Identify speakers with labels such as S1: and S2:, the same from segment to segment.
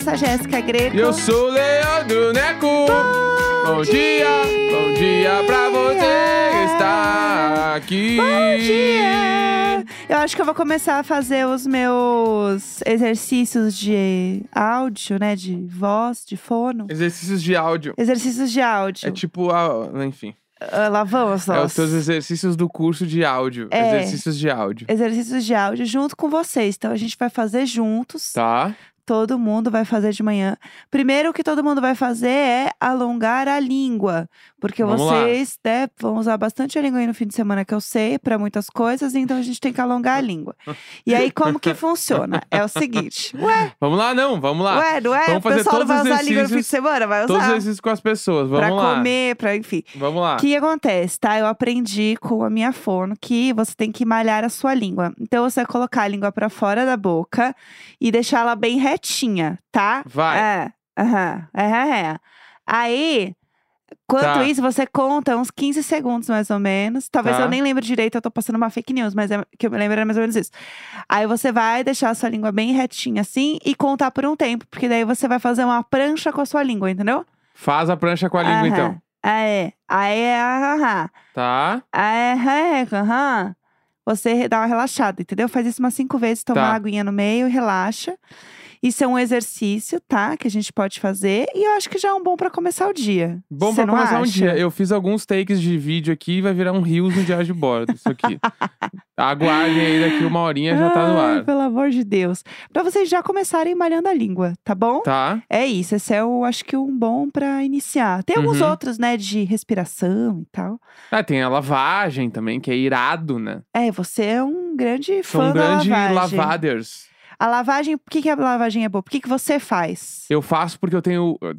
S1: sou a Jéssica Greco.
S2: E eu sou o Leandro Neco. Bom, dia, bom dia pra você que está aqui.
S1: Bom dia! Eu acho que eu vou começar a fazer os meus exercícios de áudio, né? De voz, de fono.
S2: Exercícios de áudio.
S1: Exercícios de áudio.
S2: É tipo, a, enfim,
S1: Ah, Lá vão as
S2: é os
S1: nossas.
S2: seus exercícios do curso de áudio.
S1: É.
S2: Exercícios de áudio.
S1: Exercícios de áudio junto com vocês. Então a gente vai fazer juntos.
S2: Tá?
S1: Todo mundo vai fazer de manhã. Primeiro, o que todo mundo vai fazer é alongar a língua. Porque
S2: Vamos lá.
S1: vocês né, vão usar bastante a língua aí no fim de semana, que eu sei, para muitas coisas. Então a gente tem que alongar a língua. E aí, como que funciona? É o seguinte. Ué,
S2: Vamos lá, não, vamos lá.
S1: ué, não é?
S2: Vamos fazer
S1: o pessoal não
S2: todos
S1: vai
S2: os
S1: usar a língua no fim de
S2: exercícios-
S1: semana? Vai
S2: Todos os
S1: usar.
S2: exercícios com as pessoas, vamos
S1: Pra
S2: lá.
S1: comer, pra enfim.
S2: Vamos lá.
S1: O que acontece, tá? Eu aprendi com a minha fono que você tem que malhar a sua língua. Então você vai colocar a língua pra fora da boca e deixar ela bem retinha, tá?
S2: Vai.
S1: É. Aham. É, é, é. Aí, quanto
S2: Tá.
S1: isso, você conta uns 15 segundos mais ou menos. Talvez
S2: Tá.
S1: eu nem lembre direito, eu tô passando uma fake news, mas é, que eu me lembro era mais ou menos isso. Aí você vai deixar a sua língua bem retinha assim e contar por um tempo, porque daí você vai fazer uma prancha com a sua língua, entendeu?
S2: Faz a prancha com a
S1: Aham.
S2: língua, então.
S1: Aí, aí, é, aham.
S2: Tá?
S1: É, é, aham. Você re- dá uma relaxada, entendeu? Faz isso umas cinco vezes, toma
S2: Tá.
S1: uma aguinha no meio, relaxa. Isso é um exercício, tá? Que a gente pode fazer. E eu acho que já é um bom pra começar o dia.
S2: Bom
S1: Você
S2: pra
S1: não
S2: começar um
S1: acha?
S2: dia. Eu fiz alguns takes de vídeo aqui e vai virar um rios no diário de bordo. Isso aqui. Aguardem aí daqui uma horinha já tá no
S1: Ai,
S2: ar.
S1: Pelo amor de Deus. Pra vocês já começarem malhando a língua, tá bom?
S2: Tá?
S1: É isso. Esse é, o, acho que, um bom pra iniciar. Tem alguns
S2: Uhum.
S1: outros, né? De respiração e tal.
S2: Ah, tem a lavagem também, que é irado, né?
S1: É, você é um grande
S2: São
S1: fã
S2: grandes
S1: da lavagem.
S2: lavaders.
S1: A lavagem, por que, que a lavagem é boa? Por que, que você faz?
S2: Eu faço porque eu tenho. uh,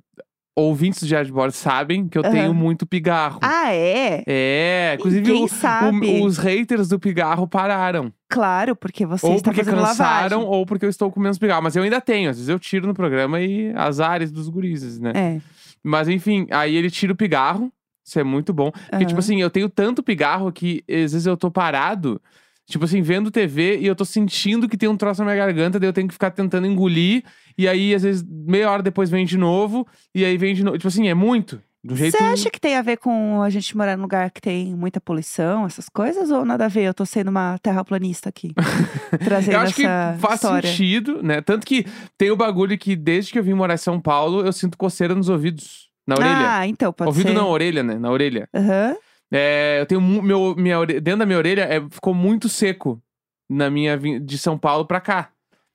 S2: Ouvintes do diário de bordo sabem que eu
S1: Aham.
S2: tenho muito pigarro.
S1: Ah, é?
S2: É, inclusive
S1: Quem
S2: o-
S1: sabe?
S2: o- os haters do pigarro pararam.
S1: Claro, porque você
S2: ou
S1: está
S2: porque
S1: fazendo
S2: cansaram,
S1: lavagem.
S2: ou porque eu estou com menos pigarro. Mas eu ainda tenho, às vezes eu tiro no programa e as áreas dos gurizes, né?
S1: É.
S2: Mas enfim, aí ele tira o pigarro. Isso é muito bom. Porque, tipo
S1: aham.
S2: assim, eu tenho tanto pigarro que às vezes eu tô parado, tipo assim, vendo TV e eu tô sentindo que tem um troço na minha garganta, daí eu tenho que ficar tentando engolir. E aí, às vezes, meia hora depois vem de novo, e aí vem de novo. Tipo assim, é muito. Do jeito.
S1: Você acha que tem a ver com a gente morar num lugar que tem muita poluição, essas coisas? Ou nada a ver? Eu tô sendo uma terraplanista aqui. trazendo
S2: Eu acho que
S1: essa
S2: faz
S1: história.
S2: sentido, né? Tanto que tem o bagulho que desde que eu vim morar em São Paulo, eu sinto coceira nos ouvidos. Na orelha.
S1: Ah, então, pode
S2: né, Ouvido
S1: ser.
S2: não, orelha, né? Na orelha.
S1: Aham.
S2: É, eu tenho mu- meu minha ore- dentro da minha orelha é, ficou muito seco na minha vin- de São Paulo pra cá.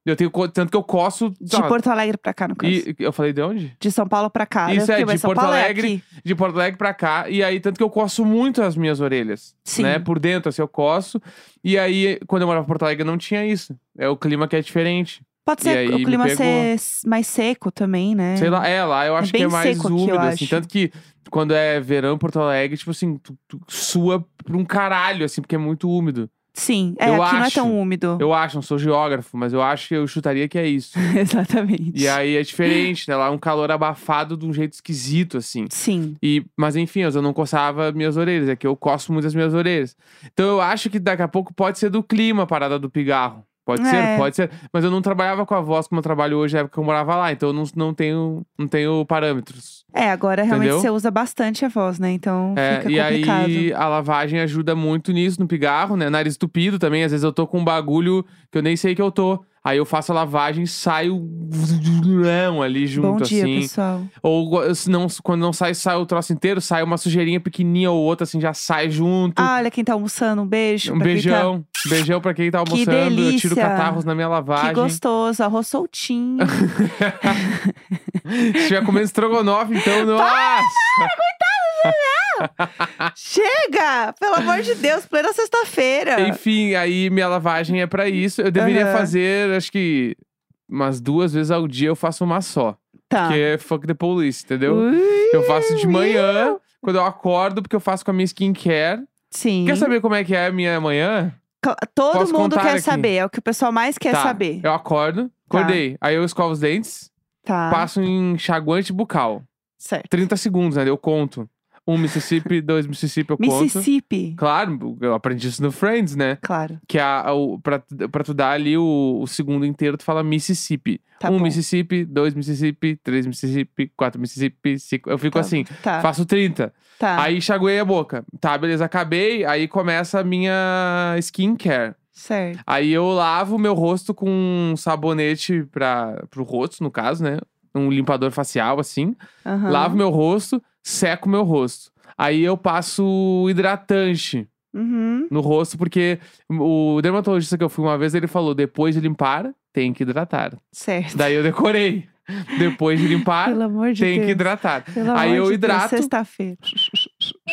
S2: Eu tenho co- tanto que eu coço
S1: De
S2: sei lá,
S1: Porto Alegre pra cá, no caso.
S2: e eu falei de onde?
S1: De São Paulo pra cá. né?
S2: Isso é,
S1: Porque,
S2: de
S1: mas São
S2: Porto
S1: Paulo é
S2: Alegre.
S1: aqui.
S2: De Porto Alegre pra cá e aí tanto que eu coço muito as minhas orelhas,
S1: Sim.
S2: né? Por dentro assim eu coço. E aí quando eu morava em Porto Alegre não tinha isso. É o clima que é diferente.
S1: Pode
S2: E aí
S1: ser
S2: me
S1: o clima
S2: pegou.
S1: ser mais seco também, né?
S2: Sei lá, é lá eu acho que é
S1: bem
S2: mais
S1: seco aqui, eu
S2: úmido assim,
S1: acho.
S2: tanto que quando é verão em Porto Alegre, tipo assim, tu, tu sua pra um caralho assim, porque é muito úmido.
S1: Sim, é,
S2: Eu
S1: aqui não é
S2: acho.
S1: tão úmido.
S2: Eu acho, não sou geógrafo, mas eu acho que eu chutaria que é isso.
S1: Exatamente.
S2: E aí é diferente, né? Lá é um calor abafado de um jeito esquisito, assim.
S1: Sim.
S2: E, mas enfim, eu não coçava minhas orelhas, é que eu coço muito as minhas orelhas. Então eu acho que daqui a pouco pode ser do clima a parada do pigarro. Pode ser,
S1: É.
S2: pode ser. Mas eu não trabalhava com a voz como eu trabalho hoje na época que eu morava lá, então eu não, não, tenho, não tenho parâmetros.
S1: É, agora realmente
S2: Entendeu?
S1: você usa bastante a voz, né? Então
S2: É,
S1: fica
S2: e
S1: complicado.
S2: aí a lavagem ajuda muito nisso, no pigarro, né? Nariz tupido também, às vezes eu tô com um bagulho que eu nem sei que eu tô. Aí eu faço a lavagem e saio né, um ali junto,
S1: Bom dia,
S2: assim.
S1: pessoal.
S2: Ou go- se não, quando não sai, sai o troço inteiro, sai uma sujeirinha pequenininha ou outra, assim, já sai junto.
S1: Ah, olha quem tá almoçando, um beijo.
S2: um
S1: pra quem tá-
S2: beijão. Beijão pra quem tá
S1: Que
S2: almoçando. Eu tiro
S1: delícia.
S2: catarros na minha
S1: Que
S2: lavagem.
S1: gostoso, arroz soltinho.
S2: Se estiver comendo estrogonofe, então, nossa!
S1: Chega! Pelo amor de Deus, plena sexta-feira.
S2: Enfim, aí minha lavagem é pra isso. Eu deveria
S1: Aham.
S2: fazer, acho que umas duas vezes ao dia eu faço uma só.
S1: Tá.
S2: Que é fuck the police, entendeu? Eu faço de manhã, quando eu acordo, porque eu faço com a minha skincare.
S1: Sim.
S2: Quer saber como é que é a minha manhã?
S1: Cla- Todo
S2: Posso
S1: mundo
S2: contar
S1: quer
S2: aqui?
S1: saber, é o que o pessoal mais quer
S2: Tá,
S1: saber.
S2: Eu acordo,
S1: Tá.
S2: acordei. Aí eu escovo os dentes,
S1: Tá.
S2: passo em enxaguante bucal.
S1: Certo.
S2: 30 segundos, né? Eu conto. Um Mississippi, dois Mississippi, eu conto.
S1: Mississippi.
S2: Claro, eu aprendi isso no Friends, né?
S1: Claro.
S2: Que a, a- o, pra, pra tu dar ali o, o segundo inteiro, tu fala Mississippi.
S1: Tá
S2: um
S1: bom.
S2: Mississippi, dois Mississippi, três Mississippi, quatro Mississippi, cinco. Eu fico
S1: Tá,
S2: assim,
S1: Tá.
S2: faço 30.
S1: tá.
S2: Aí chaguei a boca. Tá, beleza, acabei. Aí começa a minha skincare.
S1: Certo.
S2: Aí eu lavo meu rosto com um sabonete pra, pro rosto, no caso, né? Um limpador facial, assim.
S1: Aham.
S2: Lavo meu rosto, seco meu rosto. Aí eu passo hidratante
S1: Uhum.
S2: no rosto, porque o dermatologista que eu fui uma vez, ele falou: depois de limpar, tem que hidratar.
S1: Certo.
S2: Daí eu decorei. depois de limpar,
S1: Pelo amor de
S2: tem
S1: Deus.
S2: que hidratar.
S1: Pelo
S2: Aí
S1: amor
S2: eu
S1: de Deus,
S2: hidrato.
S1: Sexta-feira.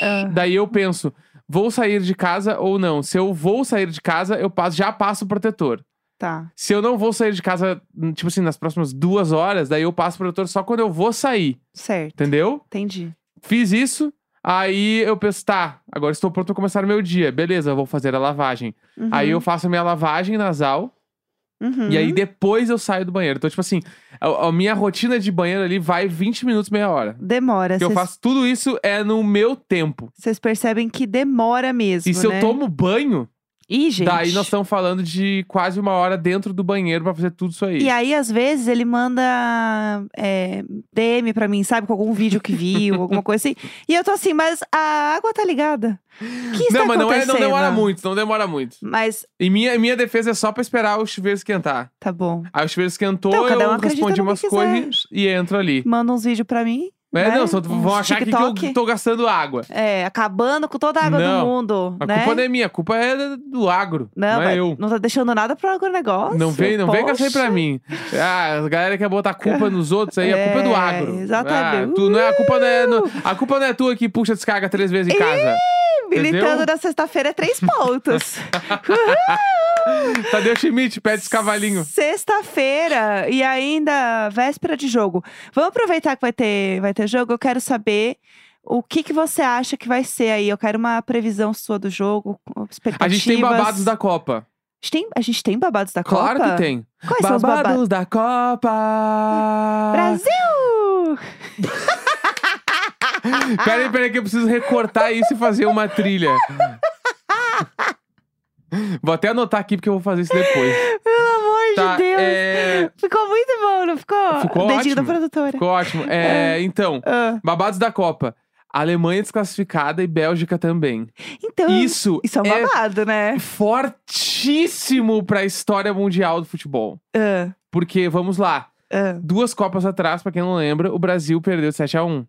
S1: Ah,
S2: Daí eu penso, vou sair de casa ou não? Se eu vou sair de casa, eu passo, já passo o protetor.
S1: tá.
S2: Se eu não vou sair de casa, hum, tipo assim, nas próximas duas horas, daí eu passo o protetor só quando eu vou sair,
S1: Certo.
S2: entendeu?
S1: Entendi.
S2: Fiz isso, aí eu penso, tá, agora estou pronto pra começar o meu dia. Beleza, eu vou fazer a lavagem.
S1: Uhum.
S2: Aí eu faço a minha lavagem nasal
S1: Uhum.
S2: e aí depois eu saio do banheiro. Então, tipo assim, a, a minha rotina de banheiro ali vai 20 minutos, meia hora.
S1: Demora.
S2: Porque eu
S1: Vocês
S2: faço tudo isso é no meu tempo.
S1: vocês percebem que demora mesmo,
S2: E se
S1: né?
S2: eu tomo banho,
S1: Ih, gente.
S2: Daí nós estamos falando de quase uma hora dentro do banheiro pra fazer tudo isso aí.
S1: E aí, às vezes, ele manda é, DM pra mim, sabe? Com algum vídeo que viu, alguma coisa assim. E eu tô assim, mas a água tá ligada. Que está
S2: não, mas não, é, não
S1: tá acontecendo?
S2: demora muito, não demora muito.
S1: Mas,
S2: E minha, minha defesa é só pra esperar o chuveiro esquentar.
S1: tá bom.
S2: Aí o chuveiro esquentou,
S1: Então, cada um
S2: eu
S1: acredita
S2: respondi
S1: no que
S2: umas
S1: quiser.
S2: coisas e entro ali.
S1: Manda uns vídeos pra mim.
S2: É,
S1: né?
S2: não, só vão
S1: Uns
S2: achar que, que
S1: TikTok.
S2: eu tô gastando água.
S1: É, acabando com toda a água
S2: Não,
S1: do mundo.
S2: A
S1: né?
S2: culpa não é minha, a culpa é do agro.
S1: Não,
S2: é
S1: mas
S2: eu.
S1: não tá deixando nada pro agronegócio.
S2: Não vem, não vem com essa aí pra
S1: poxa.
S2: mim. Ah, a galera quer botar a culpa nos outros aí, a culpa é do
S1: É,
S2: agro.
S1: exatamente.
S2: Ah, tu, não é, a, culpa não é, não- a culpa não é tua que puxa descarga três vezes em casa.
S1: Militando
S2: Entendeu?
S1: na sexta-feira é três pontos.
S2: Tadeu Schmidt, Tá, pede esse É cavalinho.
S1: Sexta-feira e ainda véspera de jogo. Vamos aproveitar que vai ter, vai ter jogo. Eu quero saber o que, que você acha que vai ser aí. Eu quero uma previsão sua do jogo, com
S2: A
S1: expectativas.
S2: gente tem babados da
S1: A
S2: Copa.
S1: gente tem, a gente tem babados da Copa?
S2: Claro que tem.
S1: Quais são os
S2: babados
S1: babados?
S2: da Copa!
S1: Brasil!
S2: Peraí,
S1: Ah!
S2: peraí, que eu preciso recortar isso e fazer uma trilha. Vou até anotar aqui porque eu vou fazer isso depois.
S1: Pelo amor
S2: Tá,
S1: de Deus!
S2: é,
S1: Ficou muito bom, não ficou?
S2: Ficou
S1: Dedinho da
S2: ótimo.
S1: produtora.
S2: Ficou ótimo. É, então,
S1: Ah,
S2: babados da Copa. Alemanha desclassificada e Bélgica também.
S1: então,
S2: Isso,
S1: isso é um babado, né?
S2: é fortíssimo pra história mundial do futebol.
S1: Ah,
S2: Porque, vamos lá,
S1: ah.
S2: Duas Copas atrás, pra quem não lembra, o Brasil perdeu de 7 a 1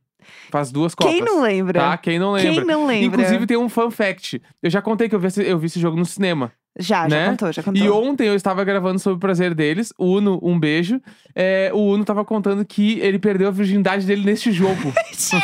S2: Faz duas Copas.
S1: Quem não lembra?
S2: Tá? Quem não lembra.
S1: Quem não lembra?
S2: Inclusive, tem um fun fact. Eu já contei que eu vi esse, eu vi esse jogo no cinema.
S1: já, já
S2: né?
S1: contou, já contou.
S2: E ontem eu estava gravando sobre o prazer deles. Uno, um beijo. É, o Uno tava contando que ele perdeu a virgindade dele neste jogo.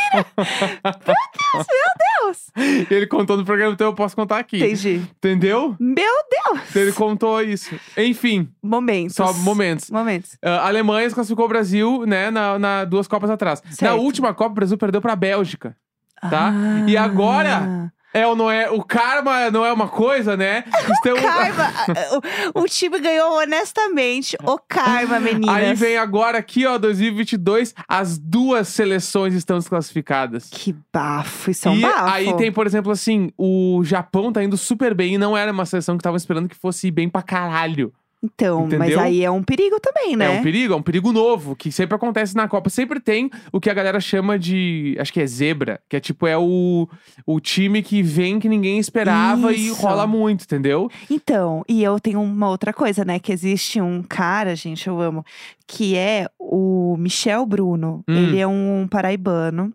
S1: Deus,
S2: ele contou no programa, então eu posso contar aqui.
S1: Entendi.
S2: Entendeu?
S1: Meu Deus!
S2: Ele contou isso. Enfim,
S1: Momentos.
S2: só momentos.
S1: Momentos.
S2: Ah, a Alemanha se classificou o Brasil, né, na, na duas Copas atrás. Na
S1: Certo.
S2: última Copa, o Brasil perdeu pra Bélgica. Tá? E
S1: Ah.
S2: agora? É ou não é? O karma não é uma coisa, né? Estamos...
S1: Karma! Ah, o, o time ganhou honestamente o Karma, meninas.
S2: Aí vem agora aqui, ó, 2022, as duas seleções estão desclassificadas.
S1: Que bafo, isso é um
S2: e
S1: bafo.
S2: aí tem, por exemplo, assim, o Japão tá indo super bem e não era uma seleção que tava esperando que fosse ir bem pra caralho.
S1: Então, mas
S2: Entendeu?
S1: aí é um perigo também, né?
S2: É um perigo, é um perigo novo, que sempre acontece na Copa. Sempre tem o que a galera chama de. Acho que é zebra, que é tipo, é o, o time que vem que ninguém esperava e
S1: Isso.
S2: rola muito, entendeu?
S1: Então, e eu tenho uma outra coisa, né? Que existe um cara, gente, eu amo, que é o Michel Bruno.
S2: Hum.
S1: Ele é um paraibano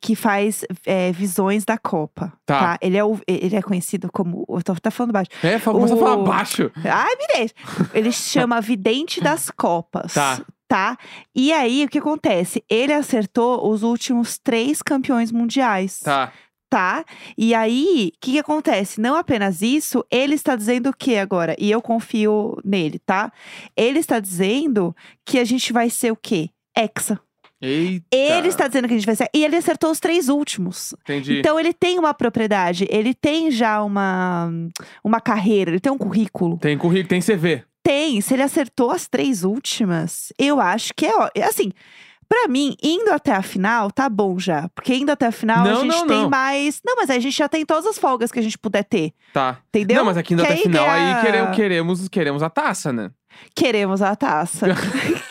S1: que faz é, visões da Copa.
S2: Tá.
S1: Ele, é o- ele é conhecido como. Eu tô até falando baixo.
S2: É, fala- começa a falar
S1: O-
S2: baixo.
S1: Ai, me deixa. Ele se chama Vidente das Copas.
S2: Tá.
S1: tá? E aí, o que acontece? Ele acertou os últimos três campeões mundiais
S2: Tá.
S1: tá? E aí, o que, que acontece? Não apenas isso, ele está dizendo o que agora? E eu confio nele, tá? Ele está dizendo que a gente vai ser o quê? Hexa.
S2: Eita.
S1: Ele está dizendo que a gente vai ser. E ele acertou os três últimos.
S2: Entendi.
S1: Então ele tem uma propriedade, ele tem já uma, uma carreira, ele tem um currículo.
S2: Tem currículo, tem CV.
S1: Tem, se ele acertou as três últimas, eu acho que é. ó- é Assim, Pra mim, indo até a final, tá bom já. Porque indo até a final, a
S2: Não,
S1: gente
S2: não,
S1: tem
S2: não.
S1: mais. Não, mas aí a gente já tem todas as folgas que a gente puder ter,
S2: Tá.
S1: entendeu?
S2: Não, mas aqui ainda
S1: Que é
S2: até
S1: aí
S2: final
S1: ganha-
S2: aí queremos, queremos, queremos a taça, né?
S1: Queremos a taça.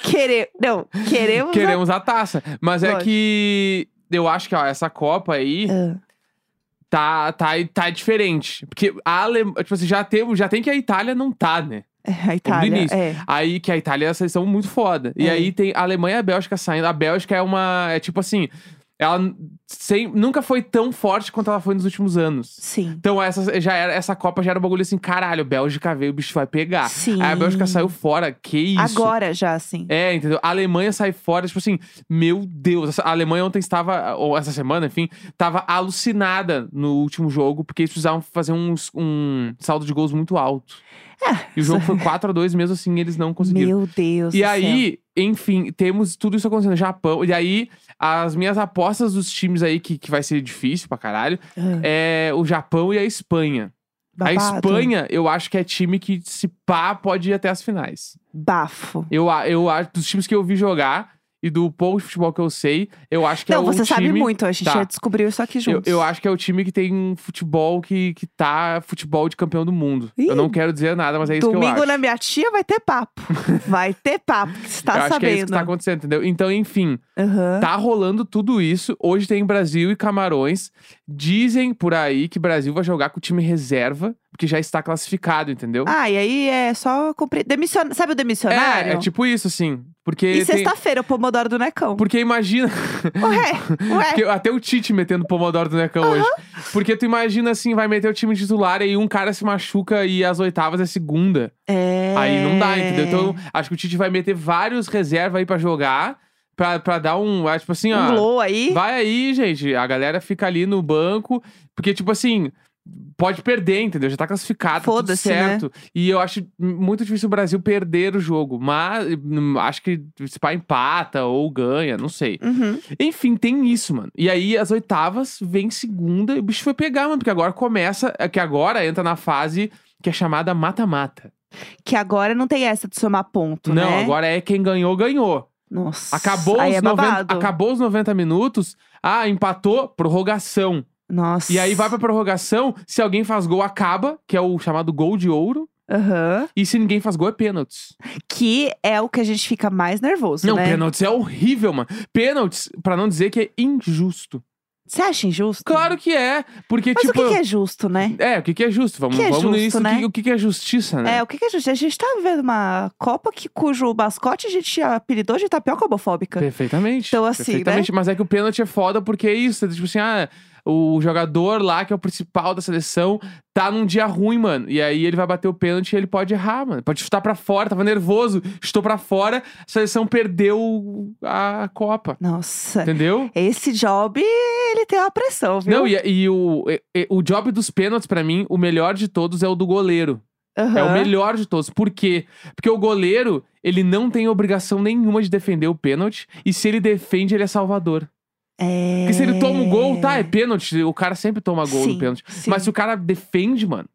S1: Quere... Não, queremos. a-
S2: Queremos a taça. Mas é
S1: Lógico.
S2: que eu acho que ó, essa Copa aí
S1: Ah.
S2: tá, tá, tá diferente. Porque a Alemanha. Tipo assim, já, teve, já tem que a Itália não tá, né?
S1: É, A Itália.
S2: início.
S1: É.
S2: Aí que a Itália é uma seleção muito foda. E
S1: É.
S2: aí tem a Alemanha e a Bélgica saindo. A Bélgica é uma. É tipo assim. Ela sem, nunca foi tão forte quanto ela foi nos últimos anos.
S1: Sim.
S2: Então, essa, já era, essa Copa já era um bagulho assim, caralho, Bélgica veio, o bicho vai pegar.
S1: Sim.
S2: Aí a Bélgica saiu fora, que isso.
S1: Agora já, assim.
S2: É, entendeu? A Alemanha sai fora, tipo assim, meu Deus. essa- A Alemanha ontem estava, ou essa semana, enfim, estava alucinada no último jogo, porque eles precisavam fazer um, um saldo de gols muito alto. É, E o jogo foi 4 a 2 mesmo assim, eles não conseguiram.
S1: É, Meu Deus.
S2: E
S1: do céu.
S2: aí, enfim, temos tudo isso acontecendo no Japão. E aí, as minhas apostas dos times aí, que, que vai ser difícil pra caralho,
S1: Ah,
S2: é o Japão e a Espanha. A
S1: babado.
S2: Espanha, eu acho que é time que, se pá, pode ir até as finais.
S1: Bafo.
S2: Eu, a- eu acho, dos times que eu vi jogar e do pouco de futebol que eu sei, eu acho que
S1: não,
S2: é o
S1: você
S2: time...
S1: sabe muito. A gente
S2: Tá.
S1: já descobriu isso aqui
S2: Eu,
S1: juntos.
S2: eu acho que é o time que tem um futebol que, que tá futebol de campeão do mundo.
S1: Ih.
S2: Eu não quero dizer nada, mas é isso que eu
S1: Domingo né?
S2: acho.
S1: na minha tia vai ter papo. Vai ter papo, que você tá
S2: eu acho que é isso que
S1: sabendo.
S2: tá acontecendo, entendeu? Então, enfim,
S1: Aham.
S2: Tá rolando tudo isso. Hoje tem Brasil e Camarões. Dizem por aí que Brasil vai jogar com o time reserva, porque já está classificado, entendeu?
S1: Ah, e aí é só cumprir. Demission... Sabe o demissionário?
S2: é, é tipo isso, assim. Porque.
S1: E
S2: tem-
S1: sexta-feira, o Pomodoro do Necão.
S2: Porque imagina.
S1: Ué, ué.
S2: É Porque até o Tite metendo Pomodoro do Necão hoje. Porque tu imagina assim, vai meter o time titular e aí um cara se machuca e as oitavas é segunda.
S1: É.
S2: Aí não dá, entendeu? Então acho que o Tite vai meter vários reservas aí pra jogar, pra, pra dar um. ah, Tipo assim,
S1: Um
S2: ó.
S1: glow aí.
S2: Vai aí, gente. A galera fica ali no banco. Porque, tipo assim, pode perder, entendeu? Já tá classificado, tá tudo
S1: Foda-se, né?
S2: certo. E eu acho muito difícil o Brasil perder o jogo. Mas hum, acho que se pá empata ou ganha, não sei.
S1: Uhum.
S2: Enfim, tem isso, mano. E aí as oitavas vem segunda e o bicho foi pegar, mano. Porque agora começa, é que agora entra na fase que é chamada mata-mata.
S1: Que agora não tem essa de somar ponto,
S2: Não,
S1: né?
S2: agora é quem ganhou, ganhou.
S1: Nossa.
S2: Acabou,
S1: aí
S2: os
S1: é
S2: 90,
S1: babado.
S2: acabou os 90 minutos. Ah, empatou, prorrogação.
S1: Nossa.
S2: E aí vai pra prorrogação, se alguém faz gol, acaba, que é o chamado gol de ouro.
S1: Aham.
S2: E se ninguém faz gol, é pênaltis. Que
S1: É o que a gente fica mais nervoso,
S2: Não,
S1: né?
S2: pênaltis é horrível, mano. Pênaltis, pra não dizer que é injusto.
S1: Você acha injusto?
S2: Claro que é, porque,
S1: Mas
S2: tipo.
S1: o que que é justo, né?
S2: é... o que, que é justo? Vamos,
S1: O que é
S2: vamos
S1: justo,
S2: nisso.
S1: né?
S2: O, que, o que que é justiça, né?
S1: É, o que, que é justo? A gente tá vivendo uma Copa que, cujo mascote a gente apelidou de tapioca homofóbica.
S2: Perfeitamente.
S1: Então, assim, né?
S2: perfeitamente. Mas é que o pênalti é foda porque é isso. Tipo assim, ah, o jogador lá, que é o principal da seleção, tá num dia ruim, mano. E aí ele vai bater o pênalti e ele pode errar, mano. Pode chutar pra fora, tava nervoso, chutou pra fora, a seleção perdeu a Copa.
S1: Nossa.
S2: Entendeu?
S1: Esse job, ele tem uma pressão, viu?
S2: Não, e, e o, e- e- o job dos pênaltis, pra mim, o melhor de todos é o do goleiro.
S1: Aham.
S2: É o melhor de todos. Por quê? Porque o goleiro, ele não tem obrigação nenhuma de defender o pênalti. E se ele defende, ele é salvador.
S1: É...
S2: Porque se ele toma o gol, tá, é pênalti. O cara sempre toma gol
S1: Sim,
S2: no pênalti.
S1: sim.
S2: Mas se o cara defende, mano,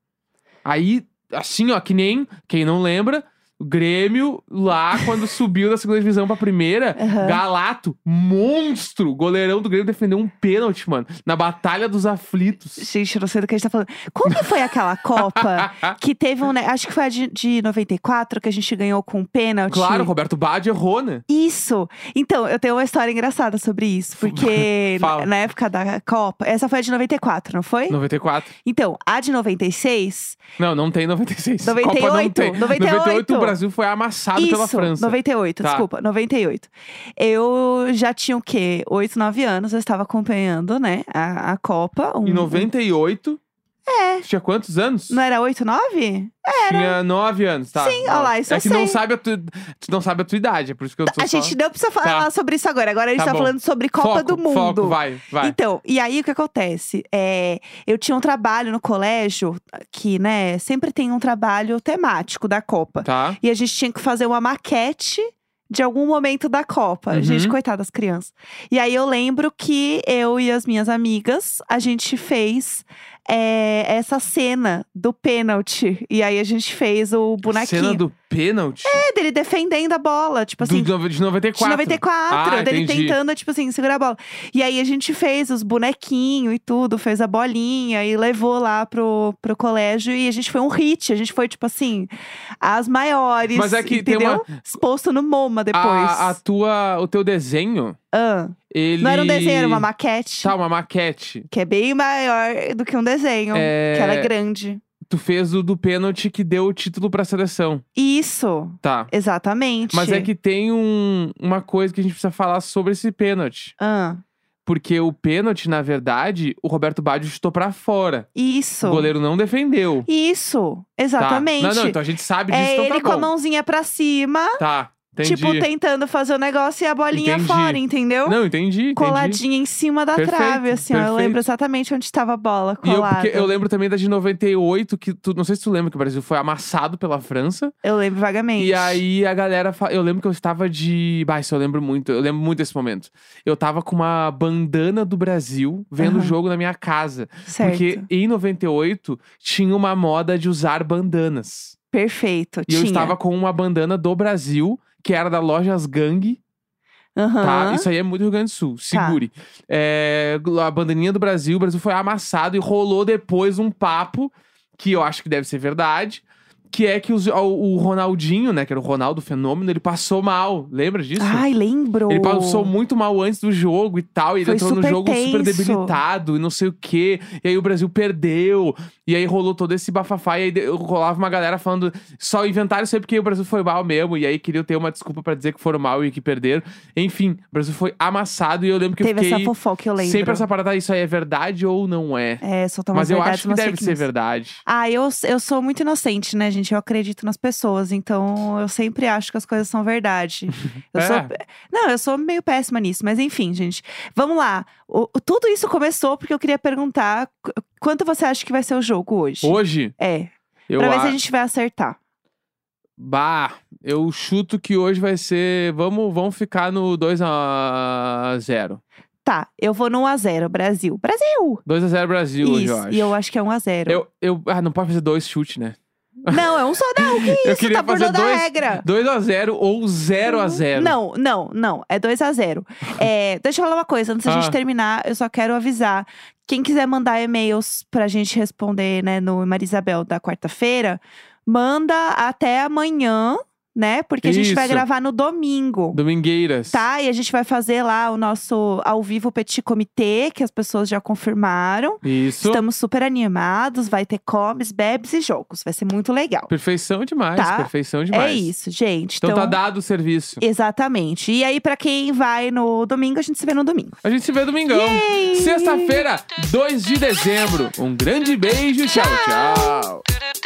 S2: aí, assim, ó, que nem, quem não lembra, o Grêmio lá, quando subiu da segunda divisão pra primeira,
S1: Aham.
S2: Galato, monstro, goleirão do Grêmio defendeu um pênalti, mano, na Batalha dos Aflitos.
S1: Gente, eu não sei do que a gente tá falando. Como que foi aquela Copa que teve um... ne- Acho que foi a de, de 94 que a gente ganhou com um pênalti.
S2: Claro, Roberto Bade errou, né?
S1: Isso! Então, eu tenho uma história engraçada sobre isso. Porque
S2: Fala.
S1: na- na época da Copa... Essa foi a de 94, não foi?
S2: 94.
S1: Então, a de 96...
S2: Não, não tem 96. Copa não
S1: 98,
S2: tem.
S1: 98.
S2: o Brasil foi amassado
S1: Isso,
S2: pela França.
S1: 98,
S2: Tá.
S1: desculpa, 98. Eu já tinha o quê? 8, 9 anos, eu estava acompanhando, né, a, a Copa. Um,
S2: Em 98,
S1: É.
S2: tinha quantos anos?
S1: Não era 8, 9?
S2: Tinha nove anos, tá?
S1: Sim, olha lá, isso
S2: é
S1: eu
S2: que não
S1: sei.
S2: sabe a tu, tu não sabe a tua idade, é por isso que eu tô
S1: A
S2: só...
S1: gente não precisa falar
S2: Tá.
S1: sobre isso agora. Agora a gente
S2: Tá
S1: tá,
S2: bom.
S1: falando sobre Copa
S2: Foco,
S1: do Mundo.
S2: Foco, vai, vai.
S1: Então, e aí o que acontece? É, eu tinha um trabalho no colégio que, né, sempre tem um trabalho temático da Copa.
S2: Tá.
S1: E a gente tinha que fazer uma maquete de algum momento da Copa.
S2: Uhum.
S1: Gente, coitada das crianças. E aí eu lembro que eu e as minhas amigas, a gente fez é, essa cena do pênalti. E aí a gente fez o bonequinho.
S2: Cena do pênalti?
S1: É, dele defendendo a bola, tipo assim.
S2: do, do- de 94.
S1: De 94,
S2: Ah,
S1: dele
S2: entendi.
S1: tentando, tipo assim, segurar a bola. E aí a gente fez os bonequinhos e tudo, fez a bolinha e levou lá pro, pro colégio. E a gente foi um hit, a gente foi, tipo assim, as maiores.
S2: Mas é que tem Ah,
S1: entendeu? Exposto no MoMA depois.
S2: A, a tua, o teu desenho,
S1: Ah,
S2: ele...
S1: Não era um desenho, era uma maquete.
S2: Tá, uma maquete.
S1: Que é bem maior do que um desenho,
S2: É,
S1: que ela é grande.
S2: Tu fez o do pênalti que deu o título pra seleção.
S1: Isso,
S2: Tá.
S1: exatamente.
S2: Mas é que tem um- uma coisa que a gente precisa falar sobre esse pênalti.
S1: Ah,
S2: Porque o pênalti, na verdade, o Roberto Baggio chutou pra fora.
S1: isso.
S2: O goleiro não defendeu.
S1: Isso,
S2: Tá.
S1: exatamente.
S2: Não, não, então a gente sabe disso,
S1: é
S2: então
S1: ele
S2: tá
S1: com a
S2: bom.
S1: mãozinha pra cima,
S2: Tá, entendi.
S1: tipo, um tentando fazer o negócio e a bolinha
S2: Entendi.
S1: fora, entendeu?
S2: Não, entendi, entendi.
S1: Coladinha em cima da
S2: Perfeito,
S1: trave, assim, ó. Eu
S2: perfeito.
S1: lembro exatamente onde estava a bola
S2: E eu,
S1: colada.
S2: porque eu lembro também da de 98, que tu, não sei se tu lembra que o Brasil foi amassado pela França.
S1: Eu lembro vagamente.
S2: E aí a galera. fa- Eu lembro que eu estava de. Bah, isso eu lembro muito. Eu lembro muito desse momento. Eu tava com uma bandana do Brasil vendo o
S1: Aham.
S2: jogo na minha casa.
S1: Certo.
S2: Porque em 98 tinha uma moda de usar bandanas.
S1: Perfeito.
S2: E
S1: tinha.
S2: eu estava com uma bandana do Brasil, que era da Lojas Gang. Tá?
S1: Aham. Tá.
S2: Isso aí é muito Rio Grande do Sul, segure. É, a bandaninha do Brasil, o Brasil foi amassado e rolou depois um papo, que eu acho que deve ser verdade, que é que os- o, o Ronaldinho, né, que era o Ronaldo Fenômeno, ele passou mal. Lembra disso?
S1: Ai, lembro.
S2: Ele passou um muito mal antes do jogo e tal. E ele
S1: Foi
S2: entrou no
S1: super
S2: jogo super
S1: tenso.
S2: debilitado e não sei o quê. E aí o Brasil perdeu. E aí rolou todo esse bafafá. E aí de- rolava uma galera falando só inventaram isso aí porque o Brasil foi mal mesmo. E aí queriam ter uma desculpa pra dizer que foram mal e que perderam. Enfim, o Brasil foi amassado. E eu lembro que
S1: Teve
S2: eu fiquei
S1: essa fofoca, eu lembro.
S2: sempre essa parada: isso aí é verdade ou não é?
S1: É, soltar umas
S2: Mas eu
S1: verdades,
S2: acho que
S1: umas
S2: deve
S1: fake
S2: ser
S1: news.
S2: verdade.
S1: Ah, eu, eu sou muito inocente, né, gente? Eu acredito nas pessoas, então eu sempre acho que as coisas são verdade. Eu
S2: É.
S1: sou- Não, eu sou meio péssima nisso, mas enfim, gente. Vamos lá. O- o- tudo isso começou porque eu queria perguntar qu- quanto você acha que vai ser o jogo hoje?
S2: Hoje,
S1: É,
S2: eu
S1: pra ver
S2: acho.
S1: se a gente vai acertar.
S2: Bah, eu chuto que hoje vai ser. Vamos, vamos ficar no 2x0.
S1: Tá, eu vou no 1x0, Brasil. Brasil!
S2: 2x0 Brasil, hoje,
S1: isso,
S2: eu acho.
S1: e eu acho que é 1x0.
S2: Eu, eu- ah, não pode fazer dois chutes, né?
S1: Não, é um só não, que
S2: Eu
S1: isso?
S2: queria
S1: tá burlando
S2: fazer
S1: a
S2: dois-
S1: regra.
S2: 2x0 ou 0x0.
S1: Não, não, não. É 2 a 0 É, deixa eu falar uma coisa, antes da
S2: Ah.
S1: gente terminar, eu só quero avisar. Quem quiser mandar e-mails pra gente responder, né, no Marisabel da quarta-feira, manda até amanhã, né? Porque a gente vai
S2: Isso.
S1: gravar no domingo.
S2: Domingueiras.
S1: Tá, e a gente vai fazer lá o nosso ao vivo Petit Comitê, que as pessoas já confirmaram.
S2: Isso.
S1: Estamos super animados, vai ter comes, bebes e jogos. Vai ser muito legal.
S2: Perfeição demais,
S1: Tá.
S2: perfeição demais.
S1: É isso, gente.
S2: Então, tá dado o serviço.
S1: Exatamente. E aí, pra quem vai no domingo, a gente se vê no domingo.
S2: A gente se vê domingão.
S1: Yay!
S2: Sexta-feira, 2 de dezembro. Um grande beijo. tchau. tchau.
S3: Do do